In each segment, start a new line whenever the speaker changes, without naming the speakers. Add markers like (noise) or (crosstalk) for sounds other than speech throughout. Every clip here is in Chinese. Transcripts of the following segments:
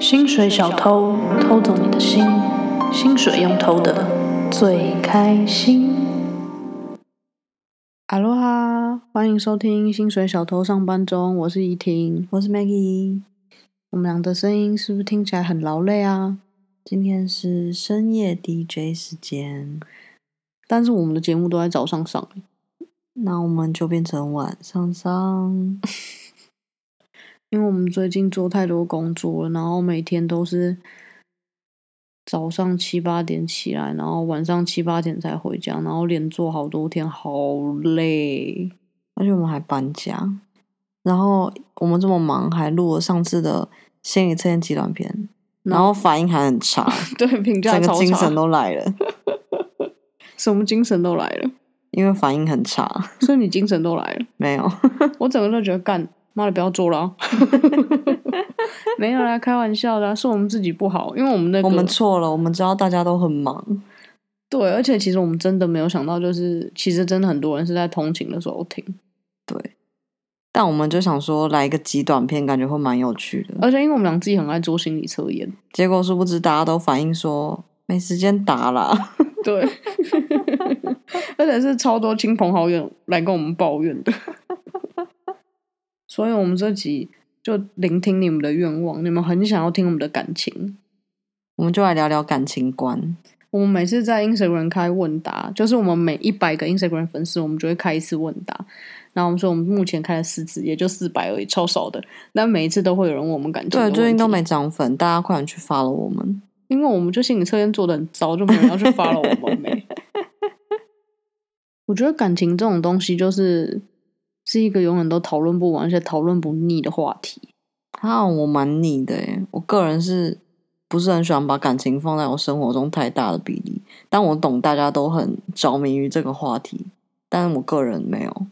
薪水小偷偷走你的心，薪水用偷的最开心。哈喽哈，欢迎收听《薪水小偷上班中》，我是怡婷。
我是 Maggie，
我们俩的声音是不是听起来很劳累啊？
今天是深夜 DJ 时间，
但是我们的节目都在早上上，
那我们就变成晚上上。
因为我们最近做太多工作了，然后每天都是早上七八点起来，然后晚上七八点才回家，然后连做好多天，好累。
而且我们还搬家，然后我们这么忙，还录了上次的心理测验极短篇，然后反应还很差，
嗯对评价
整个
超
精
差
神，都来了，
什么精神都来了，
因为反应很差。
所以你精神都来了，
没有，
我整个都觉得干妈的不要做了啊、 (laughs) 没有啦，开玩笑的啊、是我们自己不好，因为我们那个
我们错了，我们知道大家都很忙，
对，而且其实我们真的没有想到，就是其实真的很多人是在通勤的时候听。
但我们就想说来一个极短片，感觉会蛮有趣的。
而且因为我们俩自己很爱做心理测验，
结果殊不知大家都反映说没时间打啦， (laughs)
对， (laughs) 而且是超多亲朋好友来跟我们抱怨的，所以我们这集就聆听你们的愿望，你们很想要听我们的感情。
我们就来聊聊感情观。
我们每次在 Instagram 开问答，就是我们每一百个 Instagram 粉丝，我们就会开一次问答。然后我们说，我们目前开了四次，也就四百而已，超少的。但每一次都会有人问我们感情的
对，啊
问题。
最近都没涨粉，大家快点去 follow 我们。
因为我们就心理测验做的很糟，就没有人要去
(laughs)
follow 我们没。我觉得感情这种东西就是是一个永远都讨论不完，而且讨论不腻的话题。
啊，我蛮腻的耶。我个人是不是很喜欢把感情放在我生活中太大的比例？但我懂大家都很着迷于这个话题，但我个人没有。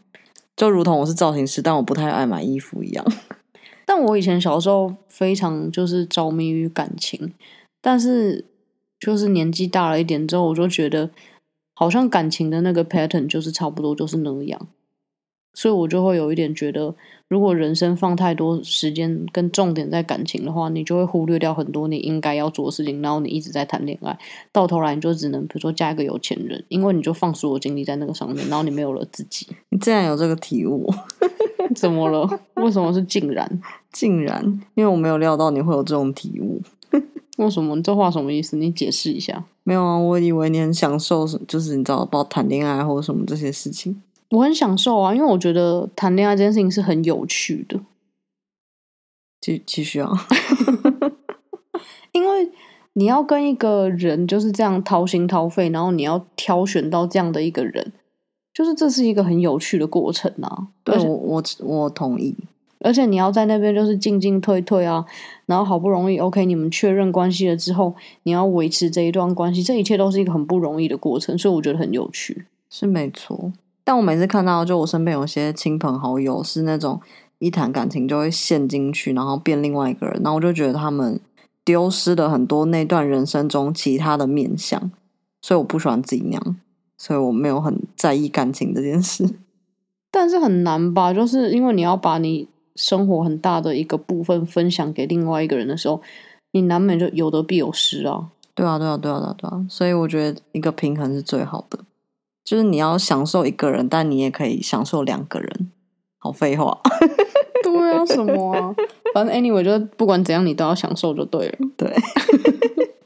就如同我是造型师，但我不太爱买衣服一样。 (laughs)
但我以前小时候非常就是着迷于感情，但是就是年纪大了一点之后，我就觉得好像感情的那个 pattern 就是差不多就是那样，所以我就会有一点觉得，如果人生放太多时间跟重点在感情的话，你就会忽略掉很多你应该要做的事情，然后你一直在谈恋爱，到头来你就只能比如说嫁一个有钱人，因为你就放所有精力在那个上面，然后你没有了自己， (laughs)
你竟然有这个体悟，
怎么了？为什么是竟然？
竟然因为我没有料到你会有这种体悟。
为什么？你这话什么意思？你解释一下。
没有啊，我以为你很享受，就是你知道，包括谈恋爱或者什么这些事情。
我很享受啊，因为我觉得谈恋爱这件事情是很有趣的，
继继续啊，
因为你要跟一个人就是这样掏心掏肺，然后你要挑选到这样的一个人，就是这是一个很有趣的过程啊。
对
而且
我我我同意。
而且你要在那边就是进进退退啊，然后好不容易 OK 你们确认关系了之后，你要维持这一段关系，这一切都是一个很不容易的过程，所以我觉得很有趣。
是没错，但我每次看到，就我身边有些亲朋好友是那种一谈感情就会陷进去，然后变另外一个人，然后我就觉得他们丢失了很多那段人生中其他的面相，所以我不喜欢自己那样，所以我没有很在意感情这件事。
但是很难吧？就是因为你要把你生活很大的一个部分分享给另外一个人的时候，你难免就有得必有失啊。
对啊，对啊，对啊，对啊，对啊，所以我觉得一个平衡是最好的，就是你要享受一个人，但你也可以享受两个人。好废话，
(laughs)
(laughs)
对啊，什么啊？ (laughs) 反正 anyway，就是不管怎样，你都要享受就对了。
对。
(laughs)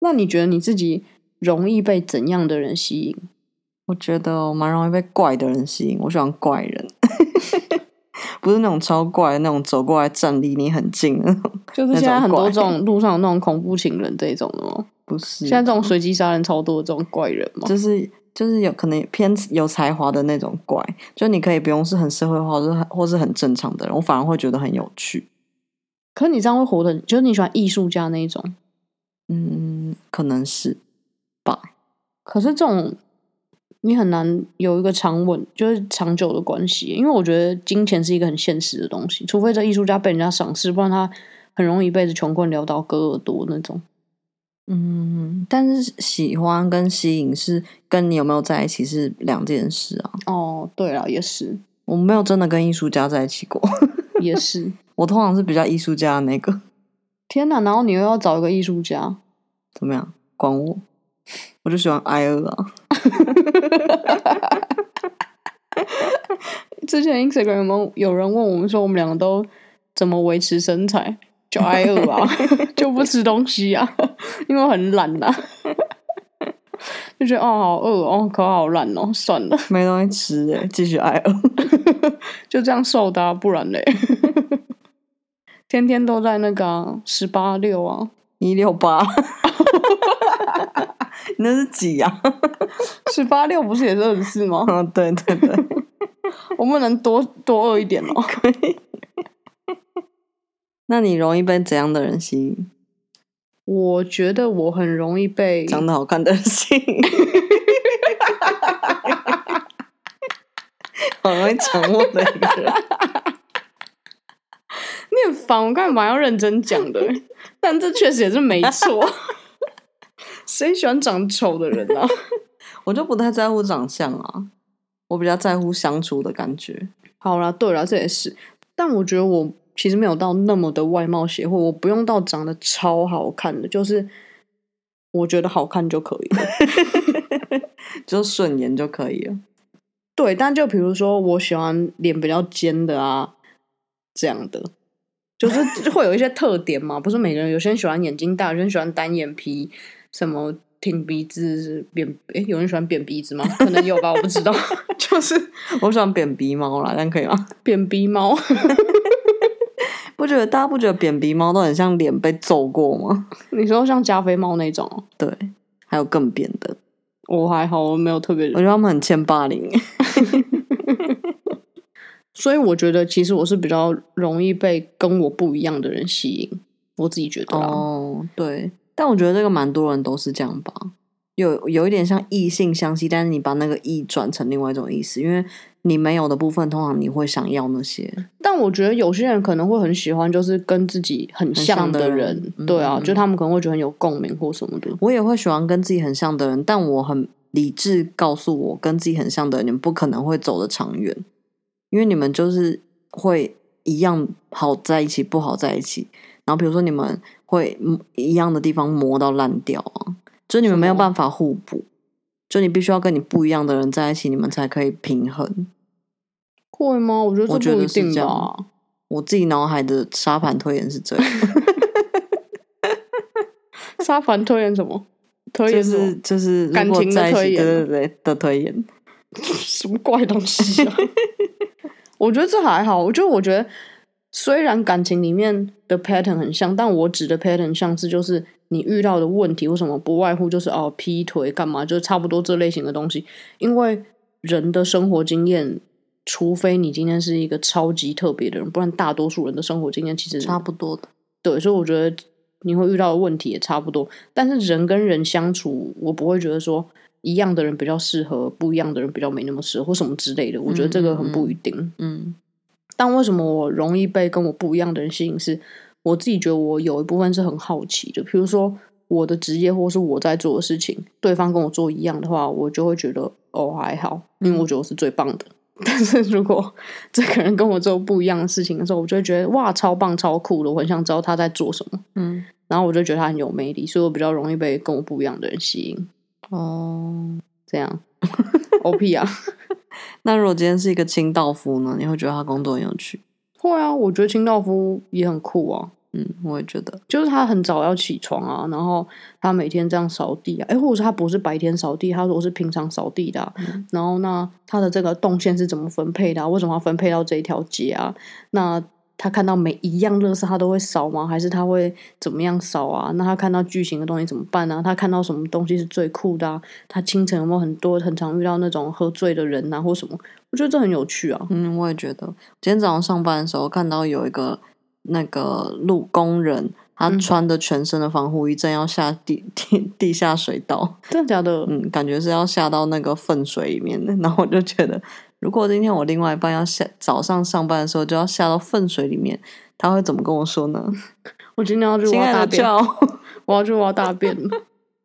那你觉得你自己容易被怎样的人吸引？
我觉得我蛮容易被怪的人吸引，我喜欢怪人， (laughs) 不是那种超怪的那种走过来站离你很近的那种，
就是
那
现在
种
很多
怪
这种路上有那种恐怖情人这一种的吗？
不是，
现在这种随机杀人超多的这种怪人吗？
就是就是有可能偏有才华的那种怪，就你可以不用是很社会化，或是很或是很正常的人，我反而会觉得很有趣。
可你这样会活得很，就是你喜欢艺术家那一种。
嗯，可能是
可是这种你很难有一个长稳，就是长久的关系，因为我觉得金钱是一个很现实的东西，除非这艺术家被人家赏识，不然他很容易一辈子穷困潦倒、割耳朵那种。
嗯，但是喜欢跟吸引是跟你有没有在一起是两件事啊。
哦，对了，也是，
我没有真的跟艺术家在一起过，
(laughs)
(laughs)
也是，
我通常是比较艺术家的那个。
天哪！然后你又要找一个艺术家，
怎么样？管我，我就喜欢挨饿啊。
之前 Instagram 有没有有人问我们说，我们两个都怎么维持身材？就挨饿啊， (laughs) 就不吃东西啊，因为很懒啊， (laughs) 就觉得哦好饿哦，口好懒哦，算了，
没东西吃哎、继续挨饿。
就这样瘦的、啊，不然嘞， (laughs) 天天都在那个十八六啊，
一六八， (laughs) 你那是几呀、
十八六不是也是二十四
(laughs)
吗？
啊？ (laughs) 对对对，
我们能多多饿一点哦。
那你容易被怎样的人吸引？
我觉得我很容易被
长得好看的人吸引。 (laughs) 好容易掌握的一个人，
你很烦，我干嘛要认真讲的？但这确实也是没错。谁喜欢长丑的人啊？
我就不太在乎长相啊，我比较在乎相处的感觉。
好啦，对啦，这也是。但我觉得我其实没有到那么的外貌协会，我不用到长得超好看的，就是我觉得好看就可以了。
就顺眼就可以了。
对，但就比如说我喜欢脸比较尖的啊，这样的，就是 (laughs) 会有一些特点嘛。不是每个人，有些人喜欢眼睛大，有些人喜欢单眼皮，什么挺鼻子、扁，诶，有人喜欢扁鼻子吗？可能有吧，我不知道。就是
我喜欢扁鼻猫啦，这样可以吗？ (laughs)
扁鼻猫， (laughs)
不觉得大家不觉得扁鼻猫都很像脸被揍过吗？
你说像加菲猫那种哦，
对，还有更扁的，
我还好，我没有特别
我觉得他们很欠霸凌。欸
所以我觉得，其实我是比较容易被跟我不一样的人吸引，我自己觉得啦。
哦，对，但我觉得这个蛮多人都是这样吧，有有一点像异性相吸，但是你把那个异转成另外一种意思，因为你没有的部分，通常你会想要那些，
但我觉得有些人可能会很喜欢，就是跟自己很像的人，
很像的人
对啊，
嗯
就他们可能会觉得很有共鸣或什么的。
我也会喜欢跟自己很像的人，但我很理智告诉我，跟自己很像的人，你们不可能会走得长远，因为你们就是会一样好在一起，不好在一起。然后比如说你们会嗯一样的地方磨到烂掉啊，就你们没有
什么
办法互补，就你必须要跟你不一样的人在一起，你们才可以平衡。
会吗？我觉得
我觉
这不
得
一
是
定啊
这
吧
样。我自己脑海的沙盘推演是这样，
(laughs) 沙盘推演什么？ (laughs) 推
就
演什么
是就是如
感
果
情的
在一
推
起，
演
对对对的推演，
什么怪东西啊？我觉得这还好，我就我觉得虽然感情里面的 pattern 很像，但我指的 pattern 像是就是你遇到的问题，为什么不外乎就是哦劈腿干嘛，就是差不多这类型的东西。因为人的生活经验，除非你今天是一个超级特别的人，不然大多数人的生活经验其实
差不多的。
对，所以我觉得你会遇到的问题也差不多。但是人跟人相处，我不会觉得说一样的人比较适合，不一样的人比较没那么适合，或什么之类的。我觉得这个很不一定。
嗯，
但为什么我容易被跟我不一样的人吸引是？我自己觉得我有一部分是很好奇的，比如说我的职业或是我在做的事情，对方跟我做一样的话，我就会觉得哦还好，因为我觉得我是最棒的。 (laughs) 但是如果这个人跟我做不一样的事情的时候，我就会觉得哇超棒超酷的，我很想知道他在做什么。
嗯，
然后我就觉得他很有魅力，所以我比较容易被跟我不一样的人吸引。
哦。
这样 (laughs) ，O P 啊， (laughs)
那如果今天是一个清道夫呢？你会觉得他工作很有趣？
会啊，我觉得清道夫也很酷啊。
嗯，我也觉得。
就是他很早要起床啊，然后他每天这样扫地啊，哎，或者是他不是白天扫地，他说我是平常扫地的啊、然后那他的这个动线是怎么分配的、啊？为什么要分配到这一条街啊？那他看到每一样垃圾他都会扫吗？还是他会怎么样扫啊？那他看到巨型的东西怎么办呢、啊？他看到什么东西是最酷的、啊？他清晨有没有很多很常遇到那种喝醉的人啊，或什么？我觉得这很有趣啊。
嗯，我也觉得。今天早上上班的时候，看到有一个那个路工人，他
嗯
穿着全身的防护衣，正要下地地地下水道。
真的假的？
嗯，感觉是要下到那个粪水里面的。 (laughs) 然后我就觉得，如果今天我另外一半要下早上上班的时候就要下到粪水里面，他会怎么跟我说
(laughs)
呢？
我今天要去
亲
挖
爱
大
的
便。
叫，
我要去挖大便了。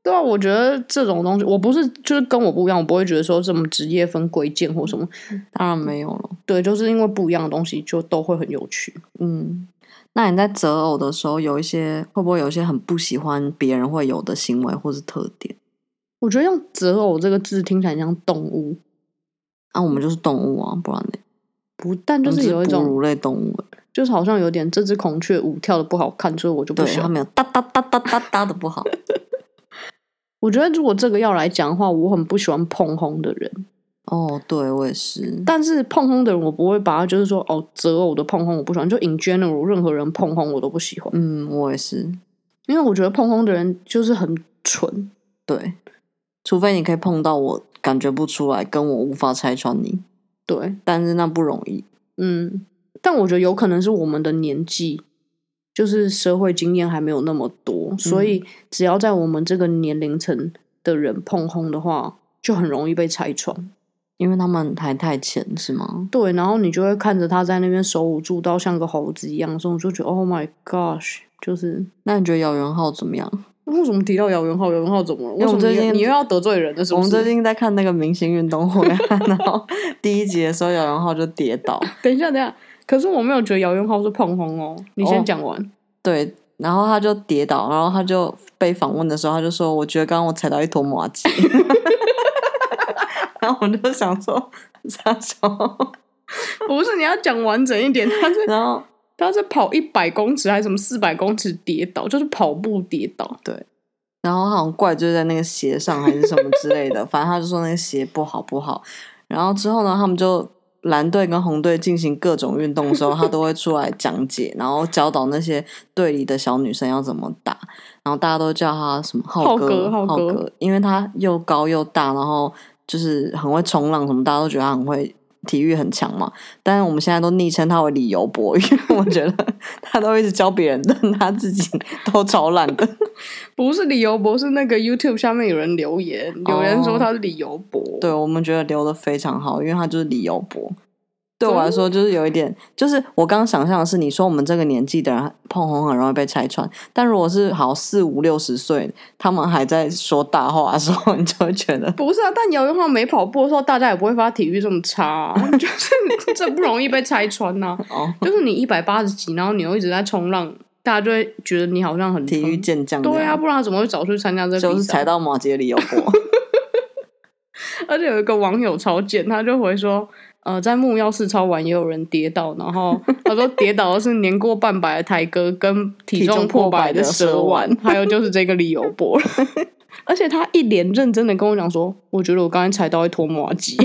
对啊，我觉得这种东西，我不是就是跟我不一样，我不会觉得说什么职业分贵贱或什么。
当然没有了。
对，就是因为不一样的东西就都会很有趣。
嗯，那你在择偶的时候，有一些会不会有一些很不喜欢别人会有的行为或是特点？
我觉得用“择偶”这个字听起来像动物，
啊，我们就是动物啊，不然呢？
不但就
我们
是有一
哺
种，
乳类动物欸，
就是好像有点这只孔雀舞跳的不好看，所以我就不
对，
喜
它
欢。
没有哒哒哒哒哒哒的不好。
我觉得如果这个要来讲的话，我很不喜欢碰轰的人。
哦，对我也是，
但是碰轰的人，我不会把他就是说哦择偶的碰轰我不喜欢，就 in general 任何人碰轰我都不喜欢，
嗯，我也是，
因为我觉得碰轰的人就是很蠢。
对，除非你可以碰到我感觉不出来，跟我无法拆穿你，
对，
但是那不容易。
嗯，但我觉得有可能是我们的年纪，就是社会经验还没有那么多，所以
嗯
只要在我们这个年龄层的人碰轰的话，就很容易被拆穿。
因为他们还太浅，是吗？
对，然后你就会看着他在那边手舞足蹈，像个猴子一样，所以我就觉得 Oh my gosh，就是
那你觉得姚元浩怎么样？
为什么提到姚元浩？姚元浩怎么了？为
哎为我
什
们
么
最
你
近
你又要得罪人了？是
我
不
们
是？
最近在看那个明星运动会 (laughs) 啊、然后第一集的时候，姚元浩就跌倒，
等一下，等一下，可是我没有觉得姚元浩是碰红哦。你
哦
先讲完。 (laughs)
对，然后他就跌倒，然后他就被访问的时候，他就说：“我觉得刚刚我踩到一坨麻鸡。” (laughs) 然后我就想说， (laughs) 傻笑。
不是，你要讲完整一点。他是
(laughs) 然后
他是跑一百公尺还是什么四百公尺跌倒，就是跑步跌倒。
然后好像怪罪在那个鞋上还是什么之类的，反正他就说那个鞋不好不好。然后之后呢，他们就蓝队跟红队进行各种运动的时候，他都会出来讲解，然后教导那些队里的小女生要怎么打。然后大家都叫他什么浩哥，
浩哥浩哥
因为他又高又大，然后就是很会冲浪什么，大家都觉得他很会。体育很强嘛，但是我们现在都昵称他为理由博，因为我觉得他都一直教别人，但他自己都超烂的。
不是李由博，是那个 YouTube 下面有人留言，有人
哦
说他是李由博。
对我们觉得留的非常好，因为他就是理由博。对我来说，就是有一点，就是我刚刚想象的是，你说我们这个年纪的人碰红很容易被拆穿，但如果是好四五六十岁，他们还在说大话的时候， (laughs) 你就会觉得
不是啊，但姚元浩没跑步的时候，大家也不会发体育这么差、啊， (laughs) 就是这不容易被拆穿呐、
哦，
就是你一百八十几，然后你又一直在冲浪，大家就会觉得你好像很
体育
冲
健将这
对啊，
样，
不然他怎么会找去参加这个比赛？啊
就是踩到马杰理由博。 (laughs)
而且有一个网友超贱，他就回说，呃，在木曜市超玩也有人跌倒，然后他说跌倒的是年过半百的台哥跟体重破百的蛇丸，还有就是这个李友博。 (laughs) 而且他一脸认真的跟我讲说，我觉得我刚才踩到一坨麻 (laughs) 鸡，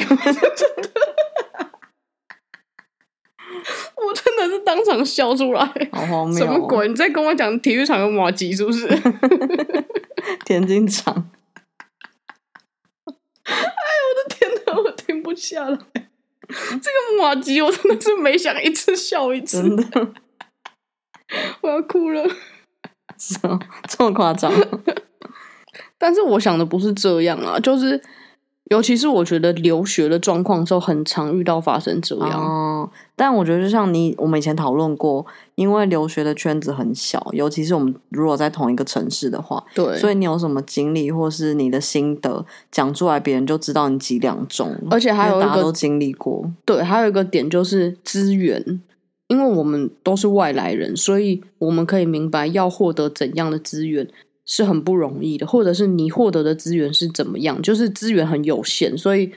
我真的是当场笑出来。
好荒谬、
什么
哦！
鬼？你在跟我讲体育场有马吉是不是？
田径场，
(laughs) 天哪，我停不下来！这个马吉我真的是每想一次笑一次，
真的
我要哭了。
是哦这么夸张？
但是我想的不是这样啊，就是尤其是我觉得留学的状况的时候，很常遇到发生这样。
哦，但我觉得就像你我们以前讨论过，因为留学的圈子很小，尤其是我们如果在同一个城市的话，
对，
所
以
以你有什么经历或是你的心得讲出来，别人就知道你几两重。
而且还有
因
一
为大家都
个
经历过，
对，还有一个点就是资源，因为我们都是外来人，所以我们可以明白要获得怎样的资源。是很不容易的，或者是你获得的资源是怎么样，就是资源很有限，所以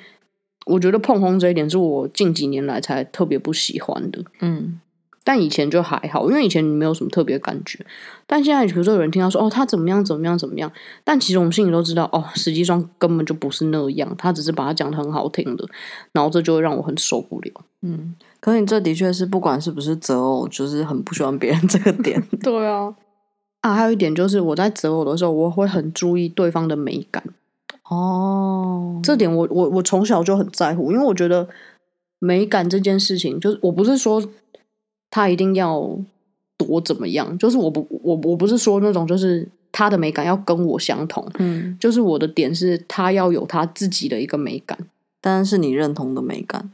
我觉得碰红这一点是我近几年来才特别不喜欢的。
嗯，
但以前就还好，因为以前你没有什么特别感觉。但现在，比如说有人听到说哦，他怎么样怎么样怎么样，但其实我们心里都知道，哦，实际上根本就不是那样，他只是把它讲的很好听的，然后这就会让我很受不了。
可是你这的确是不管是不是择偶，就是很不喜欢别人这个
(laughs)
点。
对啊，啊，还有一点就是我在择偶的时候，我会很注意对方的美感，
哦，
这点我我我从小就很在乎，因为我觉得美感这件事情，就是我不是说他一定要多怎么样，就是我不我我不是说那种就是他的美感要跟我相同，
嗯，
就是我的点是他要有他自己的一个美感，
但是你认同的美感，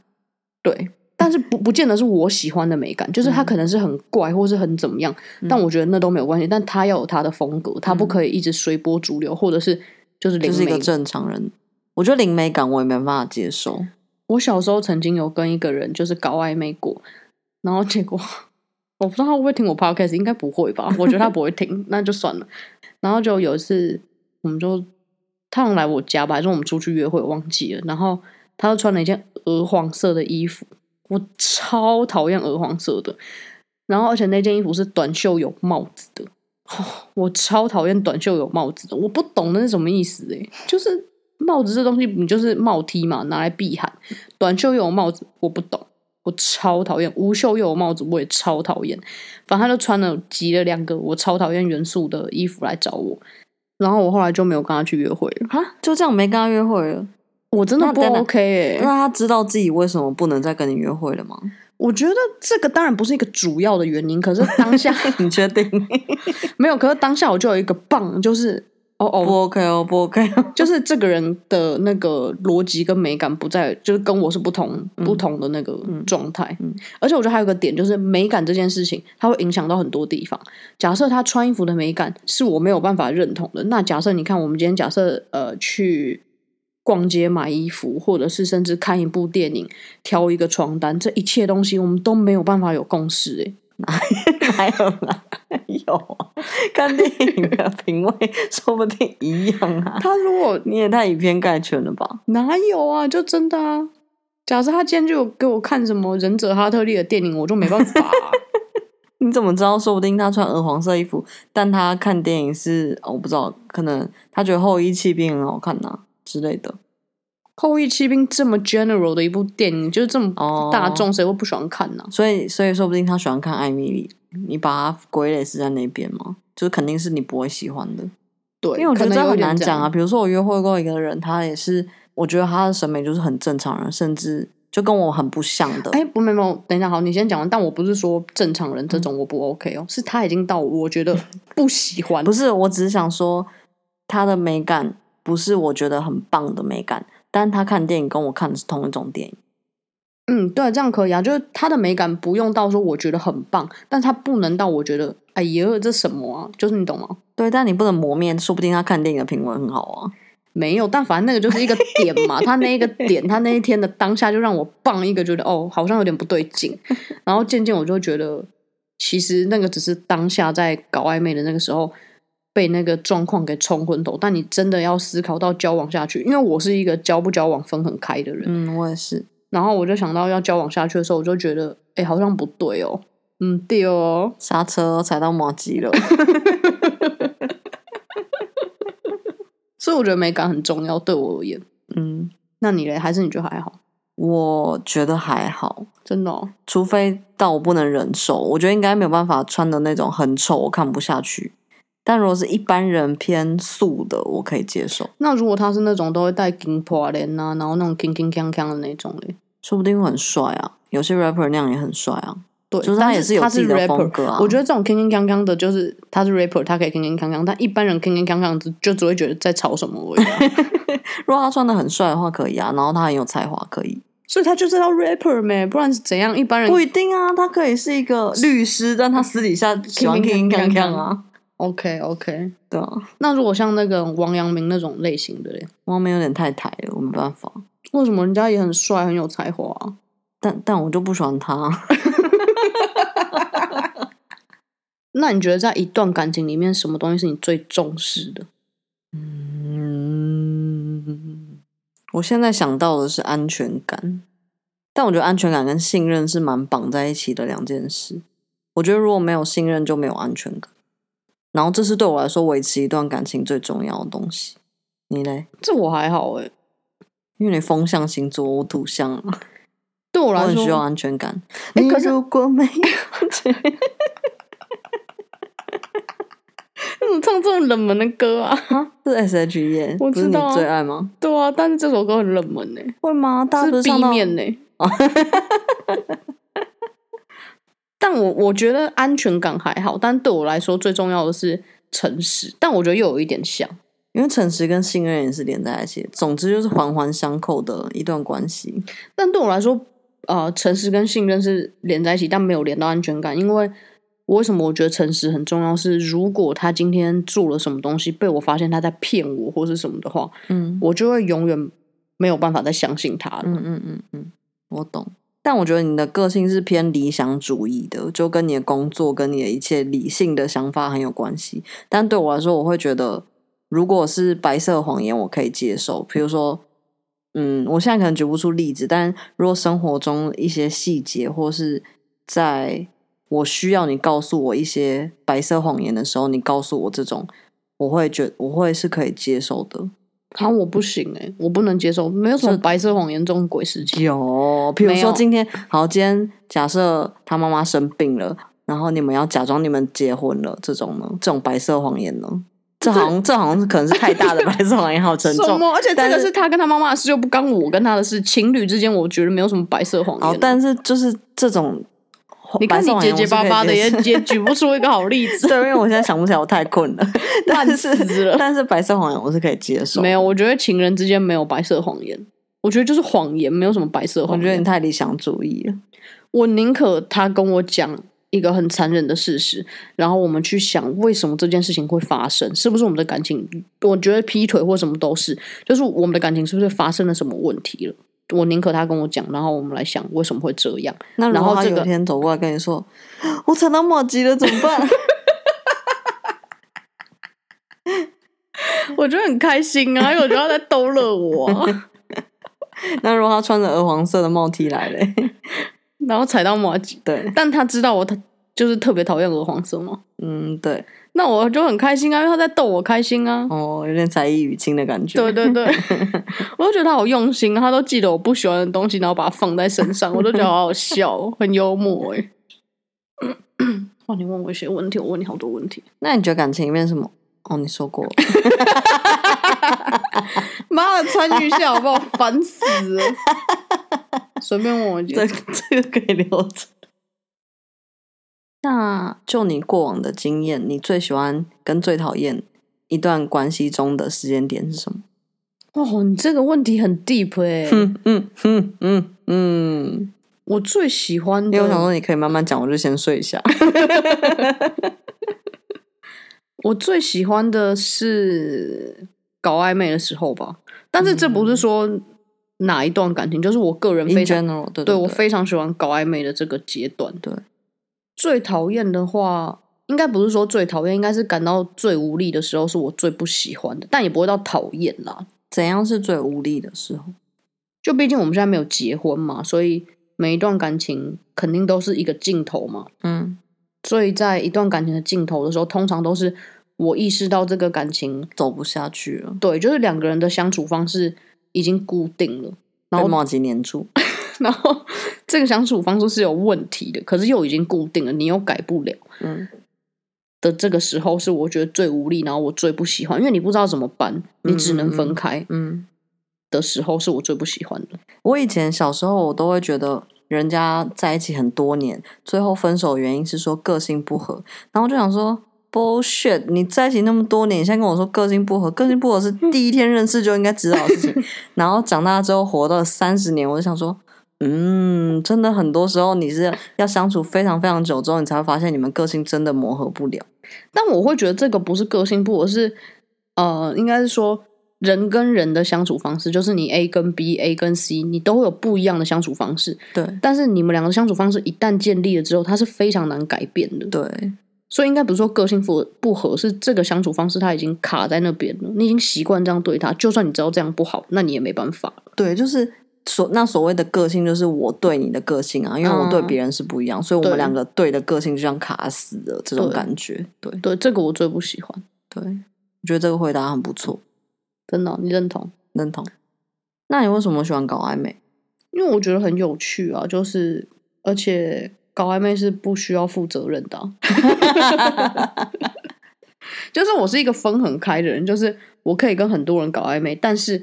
对。但是不不见得是我喜欢的美感，就是
嗯
他可能是很怪或是很怎么样，但我觉得那都没有关系。但他要有他的风格，他不可以一直随波逐流，或者是就是
嗯就
零
是一
美
个正常人。我觉得零美感我也没办法接受。
我小时候曾经有跟一个人就是搞暧昧过，然后结果我不知道他会不会听我 podcast，应该不会吧？我觉得他不会听，那就算了。然后就有一次，我们就他好像来我家吧，还是我们出去约会，我忘记了。然后他就穿了一件鹅黄色的衣服，我超讨厌鹅黄色的。然后而且那件衣服是短袖有帽子的，哦、我超讨厌短袖有帽子的，我不懂那是什么意思诶、欸就是帽子这东西，你就是帽 T 嘛，拿来避寒。短袖又有帽子，我不懂，我超讨厌；无袖又有帽子，我也超讨厌。反正他就穿了集了两个我超讨厌元素的衣服来找我，然后我后来就没有跟他去约会了。
哈，就这样没跟他约会了。
我真的
那
不
等等
OK 哎、
那他知道自己为什么不能再跟你约会了吗？ (laughs)
我觉得这个当然不是一个主要的原因，可是当下 (laughs)
你确定？
没有，可是当下我就有一个棒，就是哦
不
哦，
OK 哦，不 OK 哦。
就是这个人的那个逻辑跟美感不在，就是跟我是不同、不同的那个状态。而且我觉得还有个点就是美感这件事情，它会影响到很多地方。假设他穿衣服的美感是我没有办法认同的，那假设你看我们今天假设呃去逛街买衣服，或者是甚至看一部电影、挑一个床单，这一切东西我们都没有办法有共识、欸。
还有啦， (laughs) 有啊，看电影的品味说不定一样啊。
他如果
你也太以偏概全了吧？
哪有啊？就真的啊！假设他今天就有给我看什么《忍者哈特利》的电影，我就没办法
(laughs)
啊、
你怎么知道？说不定他穿鹅黄色衣服，但他看电影是、哦我不知道，可能他觉得后羿弃兵很好看呐、啊之类的。
后羿骑兵》这么 general 的一部电影，就是这么
哦
大众，谁会不喜欢看呢、
所以，所以说不定他喜欢看艾米丽，你把他归类是在那边吗？就是肯定是你不会喜欢的，
对，
因为我觉得
可能
这
有
很
点
难
这
讲
样
啊。。比如说我约会过一个人，他也是，我觉得他的审美就是很正常人，甚至就跟我很不像的。
哎，不，没有没有，等一下，好，你先讲完。但我不是说正常人这种我不 OK 哦，是他已经到我觉得不喜
(laughs)
欢
不。是，我只是想说，他的美感不是我觉得很棒的美感，但他看电影跟我看的是同一种电影。
嗯，对，这样可以啊，就是他的美感不用到说我觉得很棒，但他不能到我觉得哎呀这什么啊，就是你懂吗？
对，但你不能磨灭，说不定他看电影的品味很好啊。
没有，但反正那个就是一个点嘛，他那一个点，他那一天的当下就让我棒一个，觉得哦，好像有点不对劲，然后渐渐我就觉得，其实那个只是当下在搞暧昧的那个时候被那个状况给冲昏头，但你真的要思考到交往下去，因为我是一个交不交往分很开的人，
嗯，我也是。
然后我就想到要交往下去的时候，我就觉得，哎，好像不对哦，嗯，对哦，
刹车踩到马吉 (laughs) 了，
所以我觉得美感很重要，对我而言，
嗯，
那你嘞，还是你觉得还好？
我觉得还好，
真的、哦，
除非到我不能忍受，我觉得应该没有办法穿的那种很丑，我看不下去。但如果是一般人偏素的，我可以接受，
那如果他是那种都会戴金破链呐，然后那种铿铿锵锵的那种嘞，
说不定会很帅啊。有些 rapper 那样也很帅啊，
对，
就是
但
他也
是
有
他
自己的
rapper，
风格啊。
我觉得这种铿铿锵锵的，就是他是 rapper，他可以铿铿锵锵，但一般人铿铿锵锵只就只会觉得在吵什么而已
(laughs)
啊、
如果他穿的很帅的话，可以啊。然后他很有才华，可以。
所以他就是要 rapper 咩，不然是怎样？一般人
不一定啊，他可以是一个律师，但他私底下喜 (laughs) 欢
铿
铿
铿
铿锵
锵
锵
锵
啊。
OK OK。
对啊，
那如果像那个王阳明那种类型的嘞，
王明有点太抬了，我没办法。
为什么人家也很帅，很有才华啊、
但但我就不喜欢他。
那你觉得在一段感情里面，什么东西是你最重视的？
嗯，我现在想到的是安全感，但我觉得安全感跟信任是蛮绑在一起的两件事。我觉得如果没有信任，就没有安全感。然后这是对我来说维持一段感情最重要的东西。你嘞？
这我还好诶、
因为你风象星座，我土象啊，
对我
我
来
很需要
说，
安全感。
诶
你
可是
如果没 (laughs) 有安全感，
你怎么嗯唱这种冷门的歌啊？
是 S H E，耶
我
不是
知
你
道啊
最爱吗？
对啊，但是这首歌很冷门呢、
会吗？大家不
是
是
B
唱到
面呢、欸
(laughs)
但我我觉得安全感还好，但对我来说最重要的是诚实。但我觉得又有一点像，
因为诚实跟信任也是连在一起的，总之就是环环相扣的一段关系。
但对我来说，呃，诚实跟信任是连在一起，但没有连到安全感。因为我为什么我觉得诚实很重要是？如果他今天做了什么东西被我发现他在骗我或是什么的话，
嗯
我就会永远没有办法再相信他了。
嗯嗯嗯嗯，我懂。但我觉得你的个性是偏理想主义的，就跟你的工作跟你的一切理性的想法很有关系。但对我来说，我会觉得，如果是白色谎言，我可以接受。比如说，嗯，我现在可能举不出例子，但如果生活中一些细节，或是在我需要你告诉我一些白色谎言的时候，你告诉我这种，我会觉我会是可以接受的。
啊，我不行哎、我不能接受，没有什么白色谎言这种鬼事情。
有，比如
没
说
有
今天好，今天假设他妈妈生病了，然后你们要假装你们结婚了，这种呢？这种白色谎言呢？这好像这好像是可能是太大的白色谎言，好沉
什
重。
么？而且这
但
个
是
是他跟他妈妈的事，又不干我跟他的事。情侣之间，我觉得没有什么白色谎言啊、
好，但是就是这种
你
白
看
色
你
谎
结
言
结巴巴的，也也举不出一个好例 (laughs) 子，
(laughs) 对，因为我现在想不起来，我太
(laughs)
困了。
烂
但是
死了。
但是白色谎言我是可以接受，
没有，我觉得情人之间没有白色谎言，我觉得就是谎言，没有什么白色
我
谎
觉得
言
你。太理想主义了。
我宁可他跟我讲一个很残忍的事实，然后我们去想为什么这件事情会发生，是不是我们的感情？我觉得劈腿或什么都是，就是我们的感情是不是发生了什么问题了？我宁可他跟我讲，然后我们来想为什么会这样。
那如
然
果
后
他
这
有
个
一天走过来跟你说，我踩到马吉了，怎么办？
(laughs)
(laughs)
我觉得很开心啊，因为我觉得他在逗乐我啊、 (laughs)
那如果他穿着鹅黄色的帽 T 来嘞？
然后踩到马吉，
对，
但他知道我他就是特别讨厌鹅黄色吗？
嗯，对，
那我就很开心啊，因为他在逗我开心啊。
哦，有点才艺语境的感觉。
对，对对，
(laughs)
我就觉得他好用心，他都记得我不喜欢的东西，然后把它放在身
(laughs)
上，我都觉得好好笑哦，很幽默哎。哇，你问我一些问题，我问你好多问题。
那你觉得感情里面什么？哦，你说过，
妈的，穿一下好不好？烦死
(laughs)
了！随便问我一
这 (laughs)
句。
这个可以留着。那就你过往的经验，你最喜欢跟最讨厌一段关系中的时间点是什么？
哦，你这个问题很 deep 哎、
嗯嗯嗯嗯嗯，
我最喜欢
因为我想
的，
说你可以慢慢讲，我就先睡一下。
我最喜欢的是搞暧昧的时候吧。但是这不
嗯
是说哪一段感情，就是我个人
In
非常
general，
对
对对
我非常喜欢搞暧昧的这个阶段。
对，
最讨厌的话，应该不是说最讨厌，应该是感到最无力的时候，是我最不喜欢的，但也不会到讨厌啦。
怎样是最无力的时候？
就毕竟我们现在没有结婚嘛，所以每一段感情肯定都是一个尽头嘛。
嗯，
所以在一段感情的尽头的时候，通常都是我意识到这个感情，
走不下去了，
对，就是两个人的相处方式已经固定了，然
被
后
帽子粘住。
(laughs) 然后这个相处方式是有问题的，可是又已经固定了，你又改不了。
嗯，
的这个时候是我觉得最无力，然后我最不喜欢，因为你不知道怎么办，你只能分开
嗯，
的时候是我最不喜欢的。
我以前小时候我都会觉得人家在一起很多年，最后分手的原因是说个性不合，然后我就想说 bullshit，你在一起那么多年，你现在跟我说个性不合，个性不合是第一天认识就应该知道的事情。然后长大之后活到三十年，我就想说。嗯，真的，很多时候你是要相处非常非常久之后，你才会发现你们个性真的磨合不了。
但我会觉得这个不是个性不合，是呃，应该是说人跟人的相处方式，就是你 A 跟 B，A 跟 C，你都会有不一样的相处方式。
对
但是你们两个相处方式一旦建立了之后，它是非常难改变的。
对，
所以应该不是说个性不不合，是这个相处方式它已经卡在那边了，你已经习惯这样对他，就算你知道这样不好，那你也没办法。
对，就是所那所谓的个性，就是我对你的个性啊，因为我对
嗯
别人是不一样，所以我们
对
两个对的个性就像卡死了这种
对
感觉。对
对，这个我最不喜欢，
对，我觉得这个回答很不错，
真的，你认同？
认同。那你为什么喜欢搞暧昧？
因为我觉得很有趣啊，就是而且搞暧昧是不需要负责任的啊、 (laughs) 就是我是一个分很开的人，就是我可以跟很多人搞暧昧，但是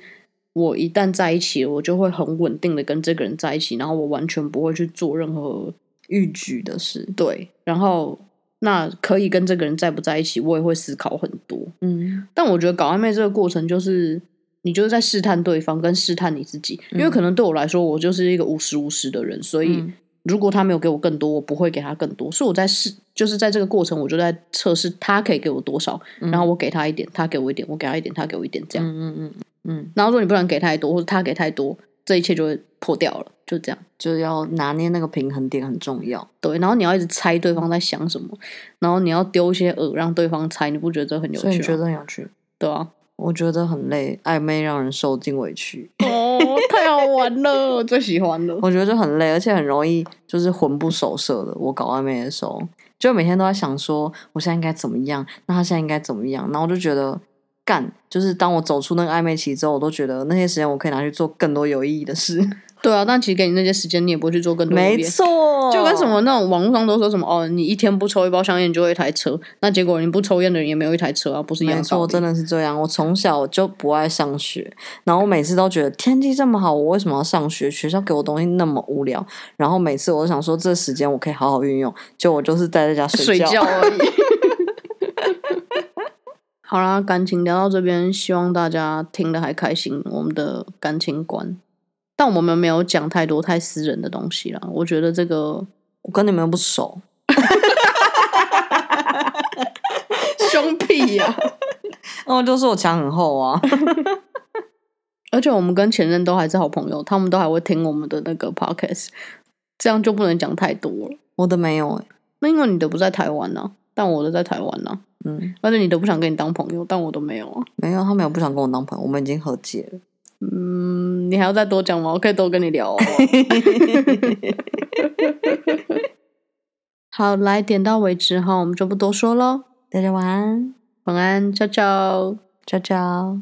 我一旦在一起了，我就会很稳定的跟这个人在一起，然后我完全不会去做任何
欲举的事，
对，然后那可以跟这个人在不在一起，我也会思考很多。
嗯，
但我觉得搞暧昧这个过程，就是你就是在试探对方，跟试探你自己。因为可能对我来说，我就是一个五十五十的人，所以
嗯
如果他没有给我更多，我不会给他更多。所以我在试，就是在这个过程，我就在测试他可以给我多少，
嗯
然后我给他一点，他给我一点，我给他一点，他给我一点，这样。
嗯嗯嗯嗯，
然后如果你不能给太多，或者他给太多，这一切就会破掉了。就这样。
就是要拿捏那个平衡点很重要。
对，然后你要一直猜对方在想什么，然后你要丢一些饵让对方猜，你不觉得这很有
所以
趣
你
吗？
觉得很有趣？哦
对啊，
我觉得很累，暧昧让人受尽委屈，
哦，太好玩了，我 (laughs) 最喜欢了。
我觉得就很累，而且很容易就是魂不守舍的。我搞暧昧的时候，就每天都在想说，我现在应该怎么样？那他现在应该怎么样？然后我就觉得干，就是当我走出那个暧昧期之后，我都觉得那些时间我可以拿去做更多有意义
(laughs)
的事。
对啊，但其实给你那些时间，你也不会去做更多的
没
别的
错，
就跟什么那种网络上都说什么哦，你一天不抽一包香烟，你就会一台车。那结果你不抽烟的人也没有一台车啊，不是一样
没
的道
错，
理？
真的是这样。我从小就不爱上学，然后我每次嗯都觉得天气这么好，我为什么要上学？学校给我东西那么无聊。然后每次我都想说，这时间我可以好好运用，就我就是待在家
(laughs) 睡
觉。
觉而已。好啦，感情聊到这边，希望大家听得还开心。我们的感情观，但我们没有讲太多太私人的东西啦。我觉得这个
(laughs) 我跟你们又不熟，
凶屁呀、
(laughs) 那我哦就说我墙很厚啊。 (laughs)
而且我们跟前任都还是好朋友，他们都还会听我们的那个 podcast，这样就不能讲太多了。
我的没有、欸，
那因为你的不在台湾呢、但我的在台湾呢、啊
嗯，
而且你都不想跟你当朋友，但我都没有啊。
没有，他没有不想跟我当朋友，我们已经和解了。
嗯，你还要再多讲吗？我可以多跟你聊哦。 (laughs) 好，来点到为止哈，我们就不多说喽。
大家晚安，
晚安，ciao ciao，悄悄。
娇娇。